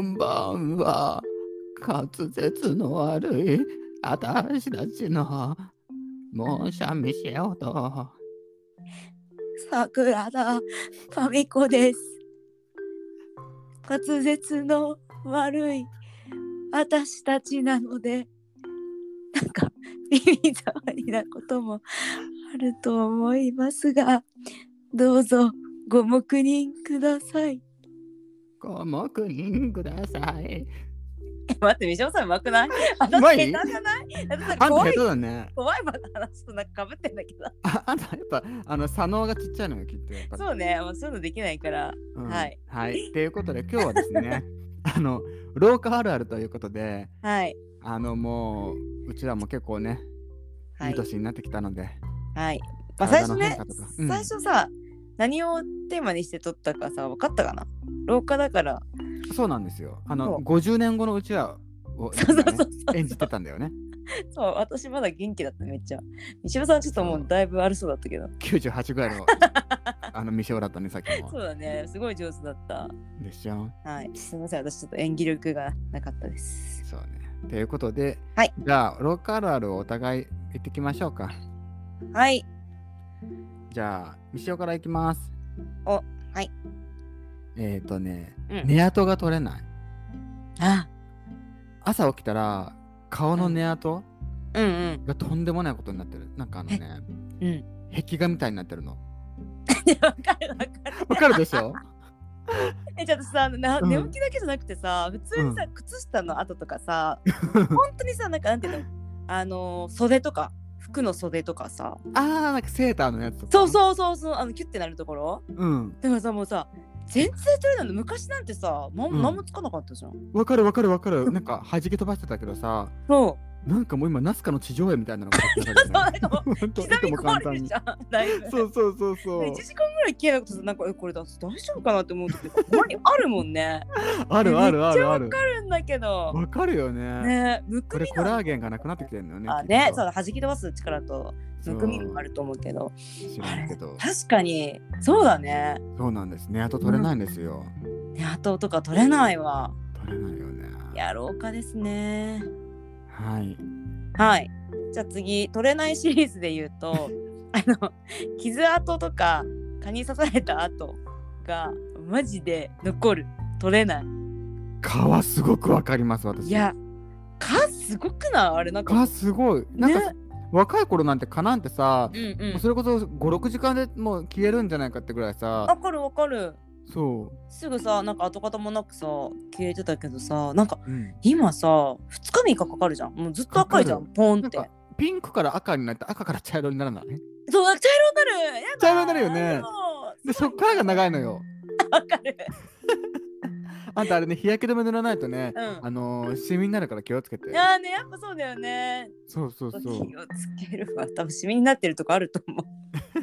んばんは。滑舌の悪い私たちのもう三味線音。桜田民子です。滑舌の悪い私たちなので、なんか耳障りなこともあると思いますが、どうぞご黙認ください。ご黙認ください。え 待って、みしょさんうまく ないあうまい下手じゃないだってさあんた怖下い手だね。怖いバカな話となんか被ってんだけど。ああんたやっぱあの左脳がちっちゃいのよきっとやっぱりそうね、もうそういうのできないから。うんはい。はい。という ことで今日はですねあの廊下あるあるということではい。あのもううちらも結構ねはいいい。年になってきたので、はい。まあ、最体の初ね変化とか、うん最初さ、何をテーマにして撮ったかさ、分かったかな廊下だから。そうなんですよ。あそのう50年後のうちらを、ね、そうそうそうそう。演じてたんだよね。 そう、私まだ元気だった、めっちゃ。三島さんちょっともうだいぶ悪そうだったけど。 98ぐらいのあの未生だったねさっきもそ。うだね、すごい上手だった。でしょはい。すみません、私ちょっと演技力がなかったです。そうね。ということで、はいじゃあローカルあるをお互い行ってきましょうか。はい。じゃあ未生から行きます。おはい。えっ、ー、とね、うん寝跡が取れない。あ、朝起きたら顔の寝跡うんうん。 がとんでもないことになってる。なんかあのね、うん。壁画みたいになってるの。わかるわかる。わかるでし ょえ、ちょっとさ、なうん寝起きだけじゃなくてさ、普通にさ、靴下の後とか さ、本当にさ、なんかなんていうの、あのー、袖とか、服の袖とかさ、あーなんかセーターのやつとか。そうそうそうそう、あの、キュッてなるところ。う。うん。でもさ、もうさ、全然取れないの。昔なんてさ、ま、うん何もつかなかったじゃん。わかるわかるわかる。なんか弾け飛ばしてたけどさ、そう。なんかもう今ナスカの地上絵みたいなのが入ってそうなんたかもうよねほんと。刻みいとも込ま簡れ単るにじゃん。だいぶ。そうそうそうそでう1。時間ぐらい消えなくてさなんかえこれだ大丈夫かなって思う時ここにあるもんね。あるあるあるあめるっちゃ。わかるんだけど。わかるよね。ねむこくみれコがラーゲンがなくなってきてるのよね。あきっとねそう弾き飛ばす力とむくみもあると思うけどそう知らんけど。確かにそうだね。そうなんですね。あと取れないんですよ。ね後とか取れないわ。取れないよね。やろうかですね。はい。はい。じゃあ次取れないシリーズで言う とあの傷跡とか蚊に刺された跡がマジで残る取れない。蚊はすごくわかります、私。いや、蚊すごくないあれなんか。蚊すごい。なんか、若い頃なんて蚊なんてさ、うんうもうんそ。れこそ56時間でもう消えるんじゃないかってぐらいさわかるわかる。そすぐさ、なんか跡形もなくさ、消えてたけどさ、なんかう、うん今さ、2日3日かかるじゃん。もうずっと赤いじゃかん、ポンなっんて。かピンクから赤になって赤から茶色にならないそう、なんか茶色になる。やだー茶色になるよね。そうでそっからが長いのよわかる。あんたあれね日焼け止め塗らないとね、うんあのー、シミになるから気をつけていやーね、やっぱそうだよね。そうそう気そをうつけるわ。多分シミになってるとこあると思わ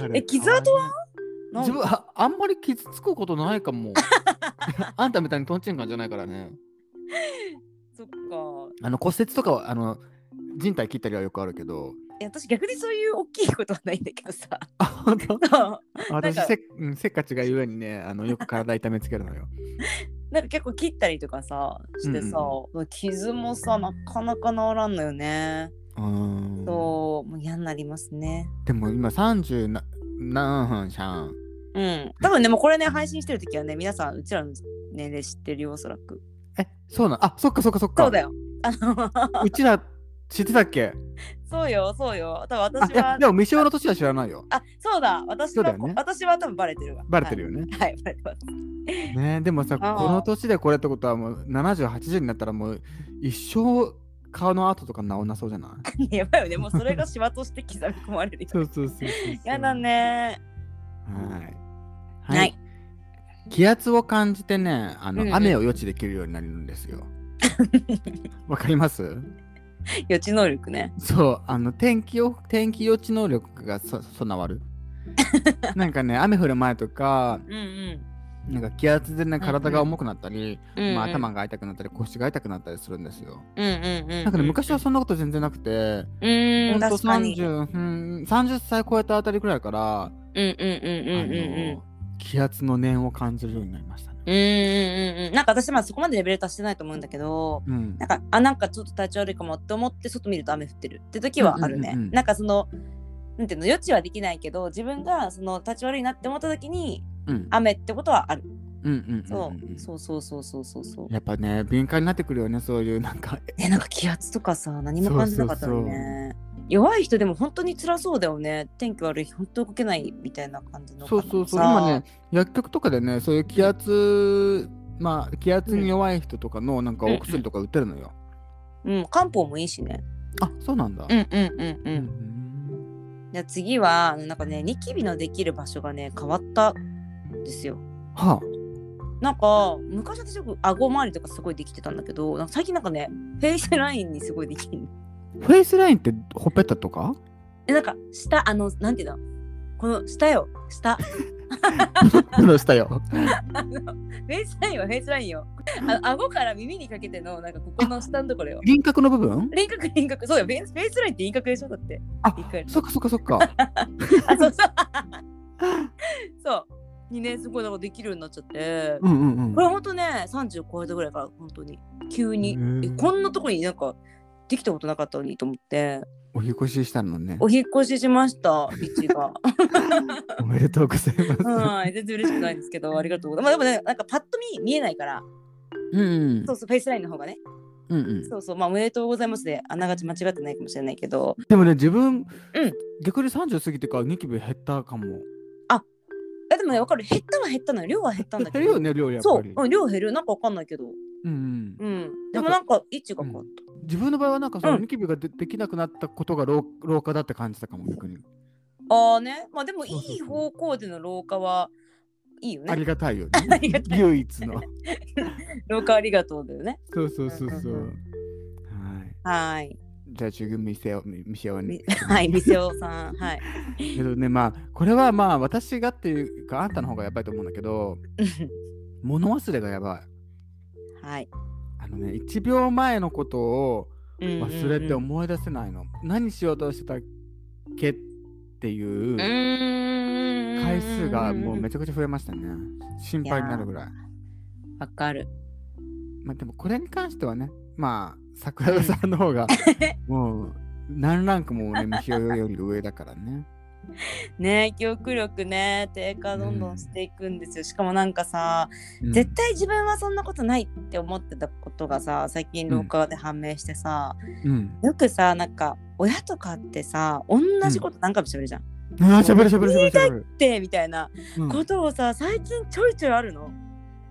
かるえ傷跡はう。自分ああんまり傷つくことないか もあんたみたいにトンチンカンじゃないからねそっか。あの骨折とかはあの人体切ったりはよくあるけどいや私逆にそういう大きいことはないんだけどさ。 あ本当そう私せ,、うん、せっかちがゆえにねあのよく体痛めつけるのよなんか結構切ったりとかさしてさ、傷もさなかなか治らんのよね。うーんそうもう嫌になりますね。でも今30な何分じゃんうん。多分ねもうこれね配信してる時はね皆さんうちらの年齢知ってるよおそらく。えそうなんあそっかそっかそっかそうだよ。あの うちら知ってたっけそうよそうよ。多分あ私いやはでも未生の年は知らないよあそうだ私そうだはよね私は多分バレてるわ。バレてるよね、はい。はいバレてます。ねでもさあーこの年でこれってことはもう7080になったらもう一生顔の跡とか治んなそうじゃない やばいよねもうそれがシワとして刻み込まれるよ。そうそうそうそうそうやだね。はいはい。気圧を感じてねあの、うんうん雨を予知できるようになるんですよ わかります予知能力ね。そう、あの天気を天気予知能力がそ備 わる。なんかね、雨降る前とか、うんうん。なんか気圧でね、ん体が重くなったり、うんうんまあ、頭が痛くなったり、腰が痛くなったりするんですよ。うんうんうん。なんかね、昔はそんなこと全然なくて、うーほん、んと確かに。 30うん30歳超えたあたりくらいから、うんうんうんうんうんあの気圧の念を感じるようになりましたね。うんうんうんうんなんか私まだそこまでレベル達してないと思うんだけどうんなんかあなんかちょっと体調悪いかもって思って外見ると雨降ってるって時はあるね、うんうんうんうんなんかそのなんていうの予知はできないけど自分がその体調悪いなって思った時にうん雨ってことはあるうんうんそう,、うんうんそうそうそうそうそうそうやっぱね敏感になってくるよねそういうなんかねなんか気圧とかさ何も感じなかったのにね弱い人でも本当に辛そうだよね天気悪い日本当動けないみたいな感じのそうそうそうさ今ね薬局とかでねそういう気圧まあ気圧に弱い人とかのなんかお薬とか売ってるのよ、うん漢方もいいしねあそうなんだ、うんうんうんううんんじゃあ次はあのなんかねニキビのできる場所がね変わったんですよはなんか昔私よく顎周りとかすごいできてたんだけどなんか最近なんかねフェイスラインにすごいできるあフェイスラインってほっぺたと かえなんか下あのなんていうのこの下よ下どうした よあのフェイスラインはフェイスラインよあの顎から耳にかけてのなんかここの下のところよ輪郭の部分輪郭輪郭そうよフェイスフェイスラインって輪郭でしょだってあ一回そっかそっかそっか あそうそうそう2年すごいなんかできるようになっちゃってうんうんこうれんほんとね30超えたぐらいから本当に急にへえーこんなとこになんかできたことなかったのにと思ってお引越ししたのねお引っ越ししました一 がおめでとうございます、はい全然嬉しくないんですけどありがとうございますまあでもねなんかパッと見見えないからうんうんそうそうフェイスラインの方がねうんうんそうそうまあおめでとうございますであながち間違ってないかもしれないけどでもね自分、逆に30過ぎてからニキビ減ったかもえでもね分かる減ったは減ったのよ量は減ったん減っだけてどるよね量やっそう、ぱりうん、量減るなんか分かんないけどうんうんうんでもなんか位置が変わった自分の場合はなんかそのうんニキビがでできなくなったことが老老化だって感じたかも逆にああねまあでもいそうそういそう方向での老化はいい よあねりがたいよねありがたい唯一の 老化ありがとうだよねそうそうそうそううんうはいはいじゃあ次店を店を ねみ はい、店尾さん。はい。 けどねまあこれはまあ私がっていうかあんたの方がやばいと思うんだけど物忘れがやばいはい。あのね1秒前のことをうんうんうん忘れて思い出せないの、何しようとしてたっけっていううーん回数がもうめちゃくちゃ増えましたね心配になるぐらいわかる。まあでもこれに関してはねまあ桜田さんの方 がもう何ランクもねみひよより上だからねね記憶力ね低下どんどんしていくんですよ。しかもなんかさ、うん絶対自分はそんなことないって思ってたことがさ最近老化で判明してさ、うんよくさなんか親とかってさ同じこと何回も喋るじゃん。ああしゃべるしゃべるしゃべるしゃべるってみたいなうんことをさ最近ちょいちょいあるの。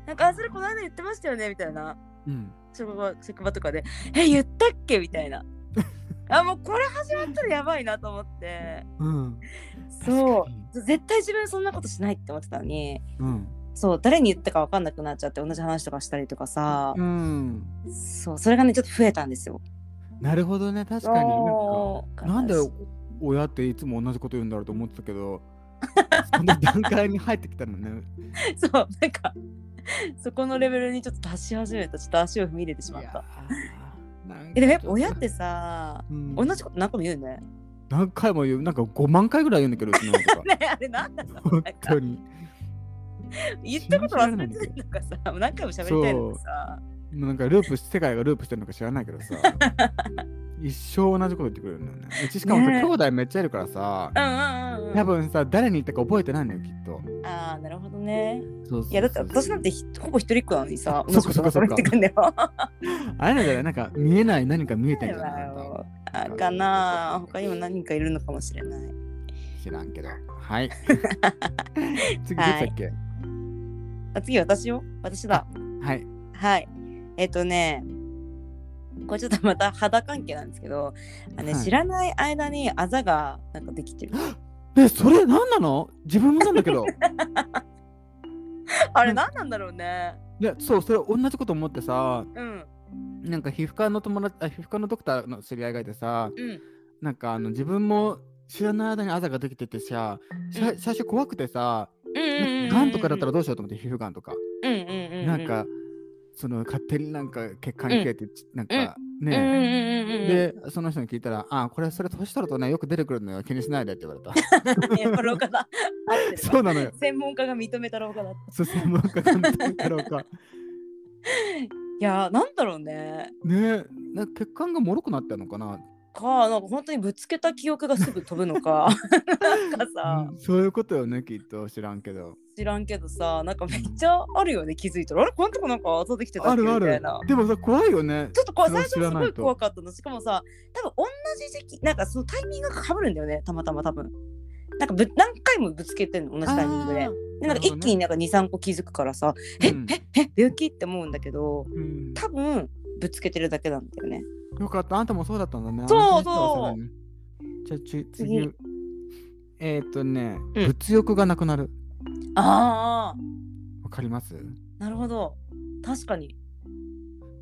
なんかあそれこの間言ってましたよねみたいな。うん職場職場とかで「え言ったっけ?」みたいな あもうこれ始まったらやばいなと思ってうんそ確かにう絶対自分そんなことしないって思ってたのにうんそう誰に言ったか分かんなくなっちゃって同じ話とかしたりとかさ、うんそうそれがねちょっと増えたんですよなるほどね確かになんかそうなんで親っていつも同じこと言うんだろうと思ってたけどその段階に入ってきたのねそうなんかそこのレベルにちょっと達し始め たちょっと足を踏み入れてしまったいやーなんかえでもやっぱちょと親ってさうん同じこと何回も言うね 何回も言うなんか5万回ぐらい言うんだけどうちの親とかねあれ なんだろう本なんか当に言ったこと忘れてるのかさもう何回も喋りたいのかさもうなんかループし世界がループしてるのか知らないけどさ一生同じこと言ってくれるんだよねうちしかもさ、ねえ兄弟めっちゃいるからさうんうんうんうん多分さ誰に言ったか覚えてないのよきっとああ、なるほどね。そうそうそういや、だって私なんてひほぼ一人っ子なのにさ、 そっかそっかそっか同じことばっかり言ってくんだよ。あれなんだよねなんか見えない何か見えてんじゃ ないかあーかな他にも何人かいるのかもしれない。知らんけどはい 次どうしたっけあ次、私よ。私だ。はいはい。えっ、とね、これちょっとまた肌関係なんですけど、あのねはい知らない間にあざがなんかできてる。 えそれ何なの自分もなんだけど あれ何なんだろうね。いやそうそれ同じこと思ってさうん。なんか皮膚科の友達あ皮膚科のドクターの知り合いがいてさうん。なんかあの自分も知らない間にあざができててさ、しゃうん最初怖くてさ、うんうんうん。がんとかだったらどうしようと思って皮膚がんとか、うんうんうん。なんかその勝手になんか血管切れて、ちなんかうんね、うんうんうんでその人に聞いたら「あこれそれ年取るとねよく出てくるのよ気にしないで」って言われた やっぱ廊下だ。合ってるそうなのよ専門家が認めた廊下だった。そう専門家監督だろうかいやーなんだろうね。ねなんか血管がもろくなったのかなかなんか本当にぶつけた記憶がすぐ飛ぶ のかなんかさうんそういうことよねきっと知らんけど知らんけどさなんかめっちゃあるよね気づいたらあれこのとこなんか遊んできてたあっけるあみたるいな。でもさ怖いよねちょっとこうそれ最は初知らすないごとい怖かったのしかもさ多分同じ時期なんかそのタイミングがかぶるんだよねたまたま多分なんかぶ何回もぶつけてんの同じタイミングであーでなんか一気になんか23個気づくからさ「えうんええ病気?」って思うんだけどうん多分ぶつけてるだけなんだよねよかった、あんたもそうだったんだね。そう安心したわそうれねじゃあち次。次えーっとね、うん物欲がなくなる。ああわかりますなるほど確かに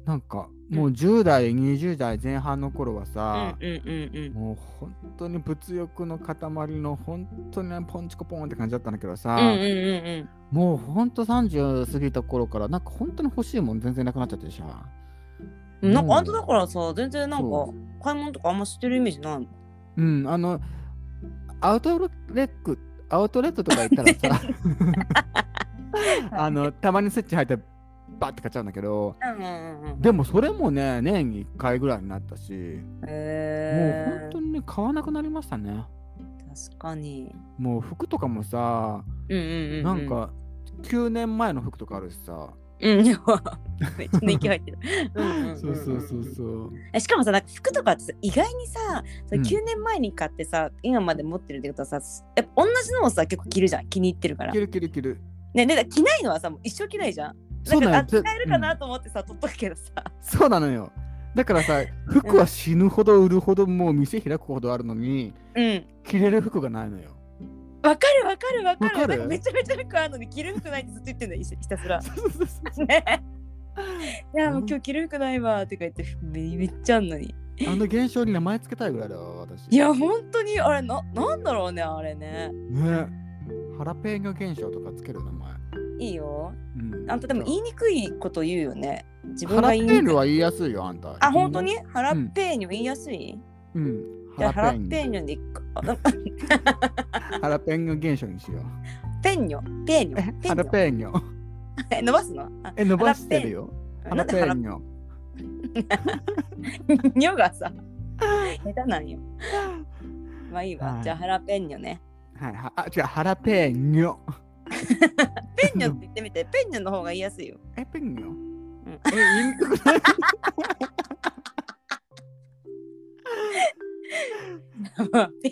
なんかもう10代、20代前半の頃はうんさ、うんうんうんもう本当に物欲の塊の本当にポンチコポンって感じだったんだけどさ、うんうんうんうんもう本当30過ぎた頃からなんか本当に欲しいもん全然なくなっちゃってさ。うんなんもうかあんただからさ全然なんかそ買い物とかあんましてるイメージないのうん、あの、アウトレック、アウトレットとか行ったら さ、あの、たまにスイッチ入って、バッて買っちゃうんだけど、うんうんうんうんでもそれもね、年に1回ぐらいになったし、へもう本当にね、買わなくなりましたね。ー確かにもう服とかもさ、うんうんうんうんなんか、9年前の服とかあるしさ、うん、でもめっちゃ年季入ってる。うんんんそうそうそうそう。えしかもさ、なんか服とかってさ意外にさ、そうん9年前に買ってさ、今まで持ってるってことはさ、やっぱ同じのをさ、結構着るじゃん、気に入ってるから。着ね、る着る着る。ねだから着ないのはさ、もう一生着ないじゃん。そうだなかのよらあ着替えるかうなんと思ってさ、取っとくけどさ。そうなのよ。だからさ、服は死ぬほど売るほど、もう店開くほどあるのに、うん。着れる服がないの よ。わかるわかるわかわる。かるなんかめちゃめちゃ服あるのに着る服ないってずっと 言ってんだよ、ひひたすら。そうそうそうね。いや、もう今日着る服ないわってか言って、めめっちゃあんのに。あの現象に名前つけたいぐらいだわ、私。いや、本当に、あれ、な、なんだろうね、あれね。ね。ハラペーニョ現象とかつける名前。いいよ。うんあんたでも言いにくいこと言うよね。自分ハラがペ言いーにニくョい。は言いやすいよ、あんた。あ、本当にハラペーニョ言いやすい、うん。じゃあハラペーニニョでいっか。ョ。ハラペーニョ現象にしよう。ペーニョ、ペーニョ、ペハーニラョ。ペーニョ。え伸ばすのあえ、伸ばしてるよ。ハなラんペでハーラニョ。ニョがさ、下手なんよ。まあいいわ。はいじゃあハラペーニョね。はい、はあ、違う、ハラペーニョ。ペーニョって言ってみて、ペーニョの方が言いやすいよ。 え、ペーニョ。んえ、言いにくくない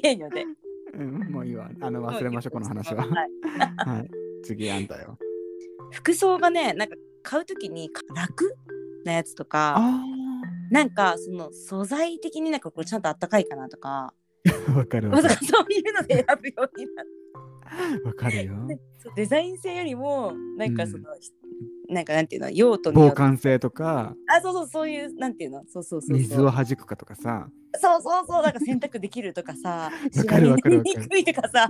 ペーニョで。うんもういいわ。あの、忘れましょう、この話は。はい はい。次、あんた よ。服装がね、なんか買うときに楽なやつとか。あなんかその素材的になんかこれちゃんとあったかいかなとか、あ。わかるまわあ、かるだからそういうので選ぶようになっわかるよ。て そうデザイン性よりもなんかその、うなんかなんていうの用途に防よって寒性とか。あそうそうそういうなんていうのそうそうそうそう水を弾くかとかさそうそうそうなんか洗濯できるとかさ わかるわかるわかるシワになりにくいとかさ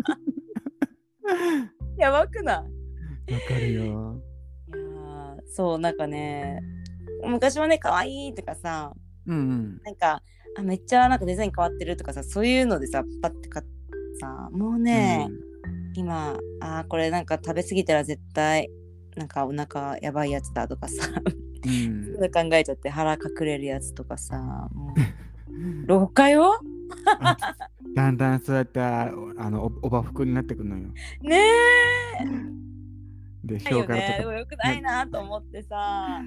やばくないわかるよいやーそうなんかね昔はね可愛いとかさうんなんかあめっちゃなんかデザイン変わってるとかさそういうのでさパッて買ってさもううんね、今あーこれなんか食べ過ぎたら絶対なんかお腹やばいやつだとかさうん考えちゃって腹隠れるやつとかさも う老化よだんだんそうやってあのおおば服になってくのよねでえよ表からねとでかもよくないなと思ってさ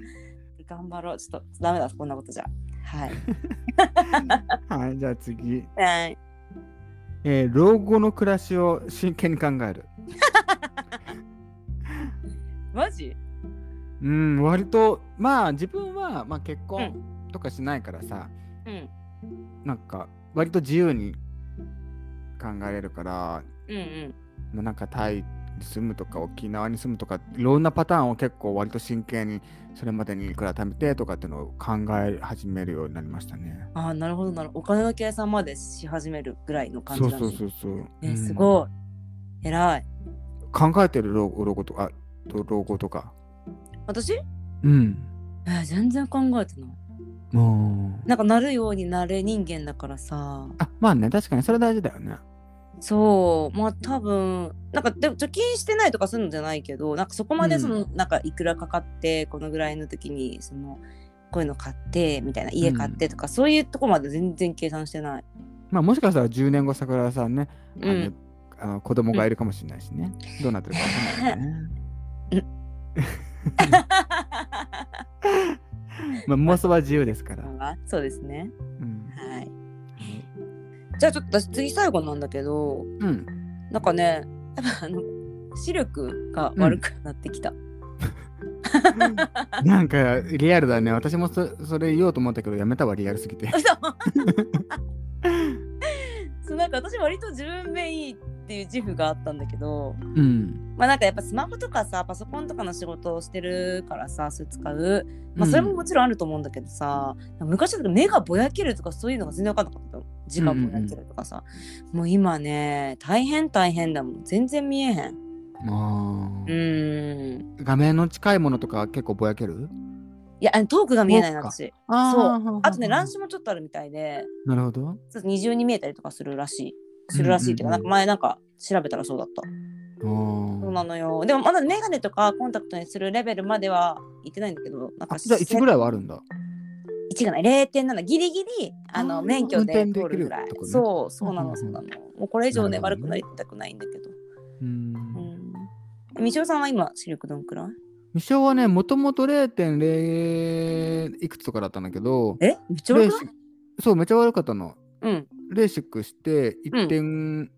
頑張ろうちょっとダメだこんなことじゃ はいはいじゃあ次、はいえー老後の暮らしを真剣に考えるマジうん割とまあ自分は、まあ、結婚とかしないからさ、うんなんか割と自由に考えれるからうんうんまあなんかタイに住むとか沖縄に住むとかいろんなパターンを結構割と真剣にそれまでにいくら貯めてとかっていうのを考え始めるようになりましたね。ああなるほどなるほどお金の計算までし始めるぐらいの感じそうなんそだうそうそう。ねすい。ごい偉い考えてる老老後とかあと老後とか。私、えうん。ー全然考えてないもうなんかなるようになれ人間だからさあまあね確かにそれ大事だよねそうまあ多分なんかでも貯金してないとかするのじゃないけどなんかそこまでその、なんかいくらかかってこのぐらいの時にそのこういうの買ってみたいな家買ってとか、そういうとこまで全然計算してない。 まあもしかしたら10年後桜さんねあの、うんあの子供がいるかもしれないしね、どうなってるかわかんないよ ねまあ妄想は自由ですから、そうですね。うんはい。じゃあちょっと私次最後なんだけどうん、なんかねやっぱあの視力が悪くなってきた。 なんかリアルだね私もそそれ言おうと思ったけどやめたわリアルすぎて嘘そうなんか私割と自分でいいっていう自負があったんだけどうん、まあなんかやっぱスマホとかさパソコンとかの仕事をしてるからさそれ使うまうあんそれももちろんあると思うんだけどさ、昔は目がぼやけるとかそういうのが全然分かんなかったの字がぼやけるとかさ、もう今ね大変大変だもん全然見えへんあうーーん画面の近いものとか結構ぼやけるいやあの遠くが見えないな遠くか私あそううあとね乱視もちょっとあるみたいでなるほどそう二重に見えたりとかするらしいするらしいっていうか,、うんうんうんなんか前なんか調べたらそうだったそうあなのよでもまだ眼鏡とかコンタクトにするレベルまでは行ってないんだけどなんかあじゃあ1ぐららいいはあるんだ1がない0.7ギリギリああのー免許で運転通できるるぐらい、とこねそうそうなうんうんうんのそうなのもうこれ以上ねなる悪ほくどねなりたくないんだけどううんんみちおさんは今視力どんくらい未生はねもともと0.0いくつとかだったんだけどえめっちゃ悪くないそうめっちゃ悪かったのうんレーシックして1点、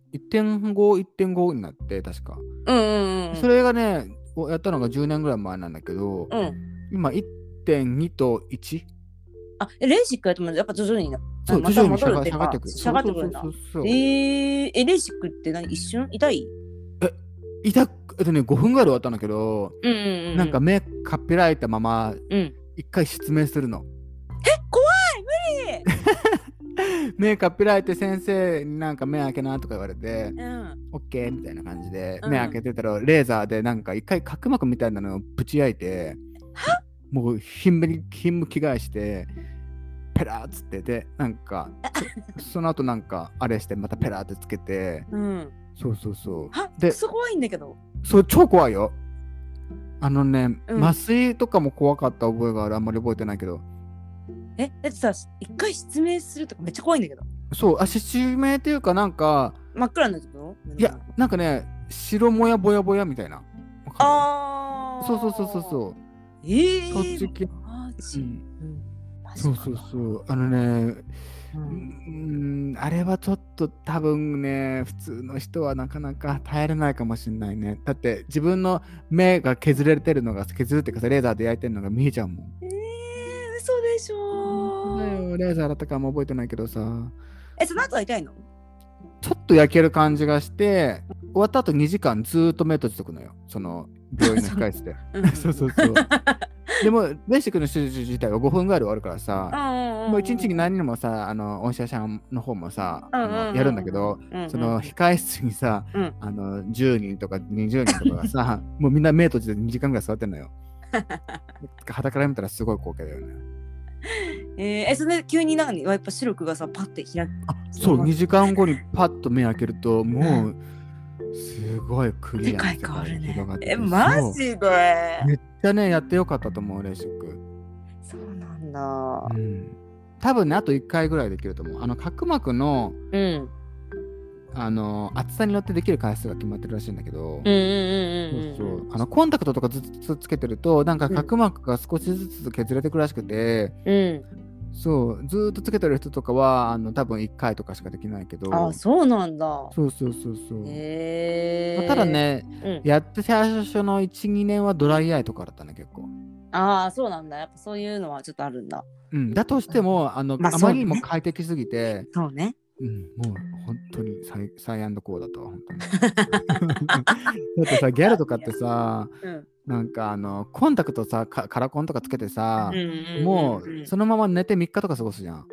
1.51.5になって確か、うんうんうんそれがねをやったのが10年ぐらい前なんだけど、うん今1.2と1あえレーシックやってもやっぱ徐々になそうまた徐々に下戻るっがて下がっていうかくる下がってくるんだそうそうそうそうえー、えレーシックって何一瞬痛い痛くえっとね5分ぐらいで終わったんだけど、うんうんうなんか目かっぺらいたままうん一回失明するのい怖無理 目かっぺらいて先生になんか目開けなとか言われてうんオッケーみたいな感じでうん目開けてたらレーザーでなんか一回角膜みたいなのをぶち焼いてもうひんむりひんむき返してペラーっつってでなんか そその後なんかあれしてまたペラーってつけてうんそうそうそうはでクソ怖いんだけどそう超怖いよあのね、うん麻酔とかも怖かった覚えがあるあんまり覚えてないけどえだってさ一回失明するとかめっちゃ怖いんだけどそうあ失明っていうかなんか真っ暗になってくのいやなんかね白もやぼやぼやみたいなわかるああそうそうそうそうそうええそっち系マジ、うんうんマジそかうそうそうあのねううんんあれはちょっと多分ね普通の人はなかなか耐えれないかもしれないねだって自分の目が削れてるのが削るっていうかさレーザーで焼いてるのが見えちゃうもんえー、嘘でしょだよレーザーだったかも覚えてないけどさえその後は痛いのちょっと焼ける感じがして終わった後2時間ずーっと目閉じとくのよその病院の控室で そうそうそうでもレーシックの手術自体は5分ぐらいで終わるからさももう一日に何人もさあのお医者さんの方もさ、あのうんうんうんやるんだけど、その控室にさ、うんあの10人とか20人とかが さもうみんな目閉じて2時間ぐらい座ってんのよ。肌から見たらすごい光景だよね。えー、えそれで急になんかやっぱ視力がさパッて開くあそうそう2時間後にパッと目開けるともうすごいクリア世な界世変わ界るがね広がっててえマそうジでめっちゃねやってよかったと思うレーシック。そうなんだうん、多分ねあと1回ぐらいできると思う。あの角膜のうんあの厚さによってできる回数が決まってるらしいんだけど、うんうんそううんうんそうんうあのコンタクトとかずっとつけてるとなんか角膜が少しずつ削れてくらしくて、うんそうずーっとつけてる人とかはあの多分1回とかしかできないけどあそうなんだそうそうそうそう、へまえあただねうんやって最初の12年はドライアイとかだったね結構。ああそうなんだやっぱそういうのはちょっとあるんだうん、だとしてもあの、まああまりにも快適すぎて、そうねうん、もう本当にサイサイアンドコーだったわ本 当に。だってさギャルとかってさうんなんかあのコンタクトさかカラコンとかつけてさ、うんうんうんうんもうそのまま寝て3日とか過ごすじゃん。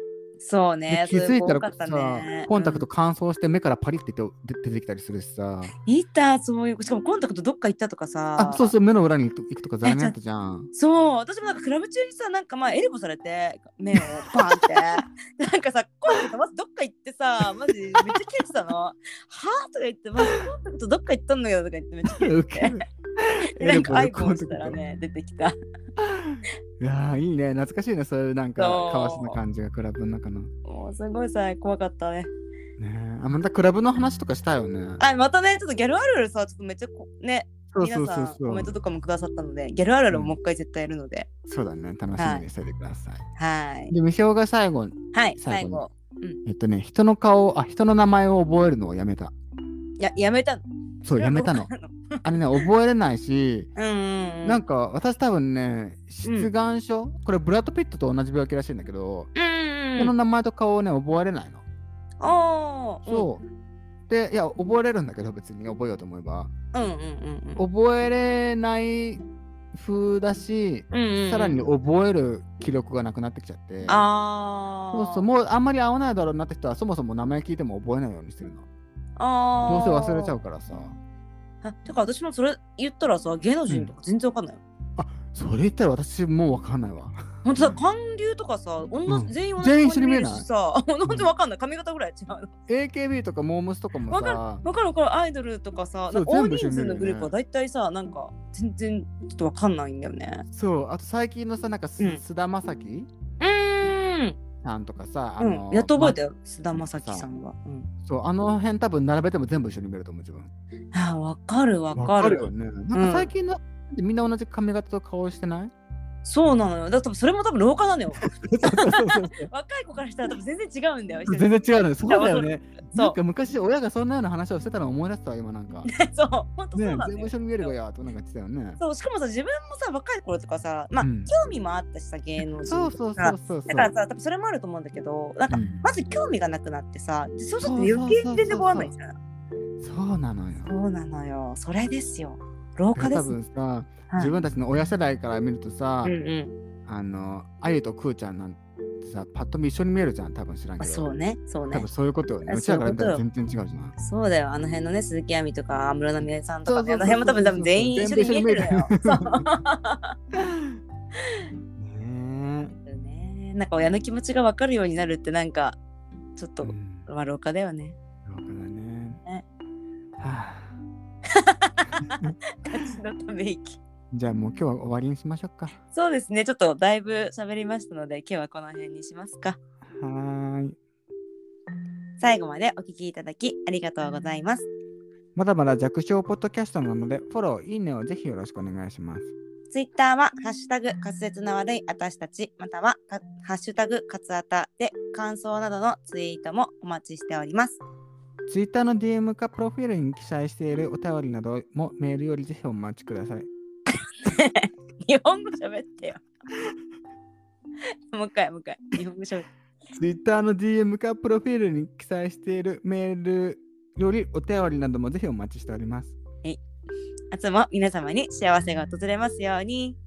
そうねで気づいたそうう子多らかっさ、ねコンタクト乾燥して目からパリって出出てきたりするしさうんいたそういうしかもコンタクトどっか行ったとかさあそうそう目の裏に行くとか残念だったじゃ んそう私もなんかクラブ中にさなんかまあエルボされて目をパンって なんかさコンタクトまずどっか行ってさマジめっちゃキレてたの「はあ?」とか言って「まずコンタクトどっか行ったんだけど」とか言ってめっちゃキレウケるて なんかアイコンエルボでコンタクトしたらね出てきたいやーいいね懐かしいねそういうなんかそうかわしな感じがクラブの中のねもうすごいさ怖かったねえあまたクラブの話とかしたよねあまたねちょっとギャルあるあるさちょっとめっちゃこねそうそう皆そさうんそコメうントとかもくださったのでギャルあるあるをもう一回絶対やるのでそうだね楽しみにしててください、はいで無表が最後にはい最最後後えっとね人の顔をあ人の名前を覚えるのをやめたややめたのそうやめた のあれね覚えれないしうんうんうんなんか私多分ね出願症、これブラッド・ピットと同じ病気らしいんだけど、うんうんこうのん名前と顔をね覚えれないの。あーそう、でいや覚えれるんだけど別に覚えようと思えばうんうんうんうん覚えれない風だし、うんうんうんさらに覚える気力がなくなってきちゃってあそうあそうもうあんまり合わないだろうなって人はそもそも名前聞いても覚えないようにしてるの。あどうーせ忘れちゃうからさ。あてか私もそれ言ったらさ芸能人とか全然わかんないよ、それ言ったら私もうわかんないわ。ほんとさ韓流とかさ女、うん全員同全員じ一緒に見えないしさ ほんとわかんない髪型ぐらい違う AKB とかモームスとかもさわかるわかるアイドルとかさそなうんか大全部一緒人に見えるよね数のグループは大体さなんか全然ちょっとわかんないんだよねそうあと最近のさなんかすうん菅、田将暉うーんさんとかさ、あうんのやっと覚えたよ、よ菅田将暉さんは、うんまそうあの辺多分並べても全部一緒に見えると思う自分。あーわかるわかるよね。なんか最近の、みんな同じ髪型と顔してないそうなのよだから多分それも多分老化なのよそうそうそう そう若い子からしたら多分全然違うんだよ全然違うのよ。そうだよね。そなうんか昔親がそんなような話をしてたのを思い出したわ今なんか。ね そう本当そうな全んだよ、部一緒に見えるわよとかなんか言ってたよね。そうしかもさ自分もさ若い頃とかさまあ、うん興味もあったしさ芸能人とかそうそうそうそうそう。だからさ多分それもあると思うんだけどなんか、うんまず興味がなくなってさでそうするそとうそうそう余計全然変わんないじゃんそうなのよ。そうなのよそれですよ老化で多す、分さ、はい自分たちの親世代から見るとさ、うんうんあのあゆとくーちゃんなんてさパッと見一緒に見えるじゃん多分知らんまあ、けどそうねそう多ね分そういうことよねあうちらから見たらそういう全然違うじゃんそうだよあの辺のね鈴木亜美とか安室奈美恵さんとか、ね、そあうのそうそう辺も多分多分全員一緒に見えてるの全よ部一そ緒うに見ねねなんか親の気持ちが分かるようになるってなんかちょっえと、うんまあ老化だよねそうだねねはあ私のため息じゃあもう今日は終わりにしましょうかそうですね、ちょっとだいぶ喋りましたので、今日はこの辺にしますか。はーい最後までお聞きいただきありがとうございます。まだまだ弱小ポッドキャストなのでフォローいいねをぜひよろしくお願いしますツイッターは、ハッシュタグ、滑舌の悪い私たち、または、かハッシュタグ、カツアタで、感想などのツイートもお待ちしております。 ツイッターの DM かプロフィールに記載しているお便りなどもメールよりぜひお待ちください日本語喋ってよ。 もう一回、もう一回。日本語喋って。ツイッターの DM かプロフィールに記載しているメールよりお便りなどもぜひお待ちしております明日も皆様に幸せが訪れますように。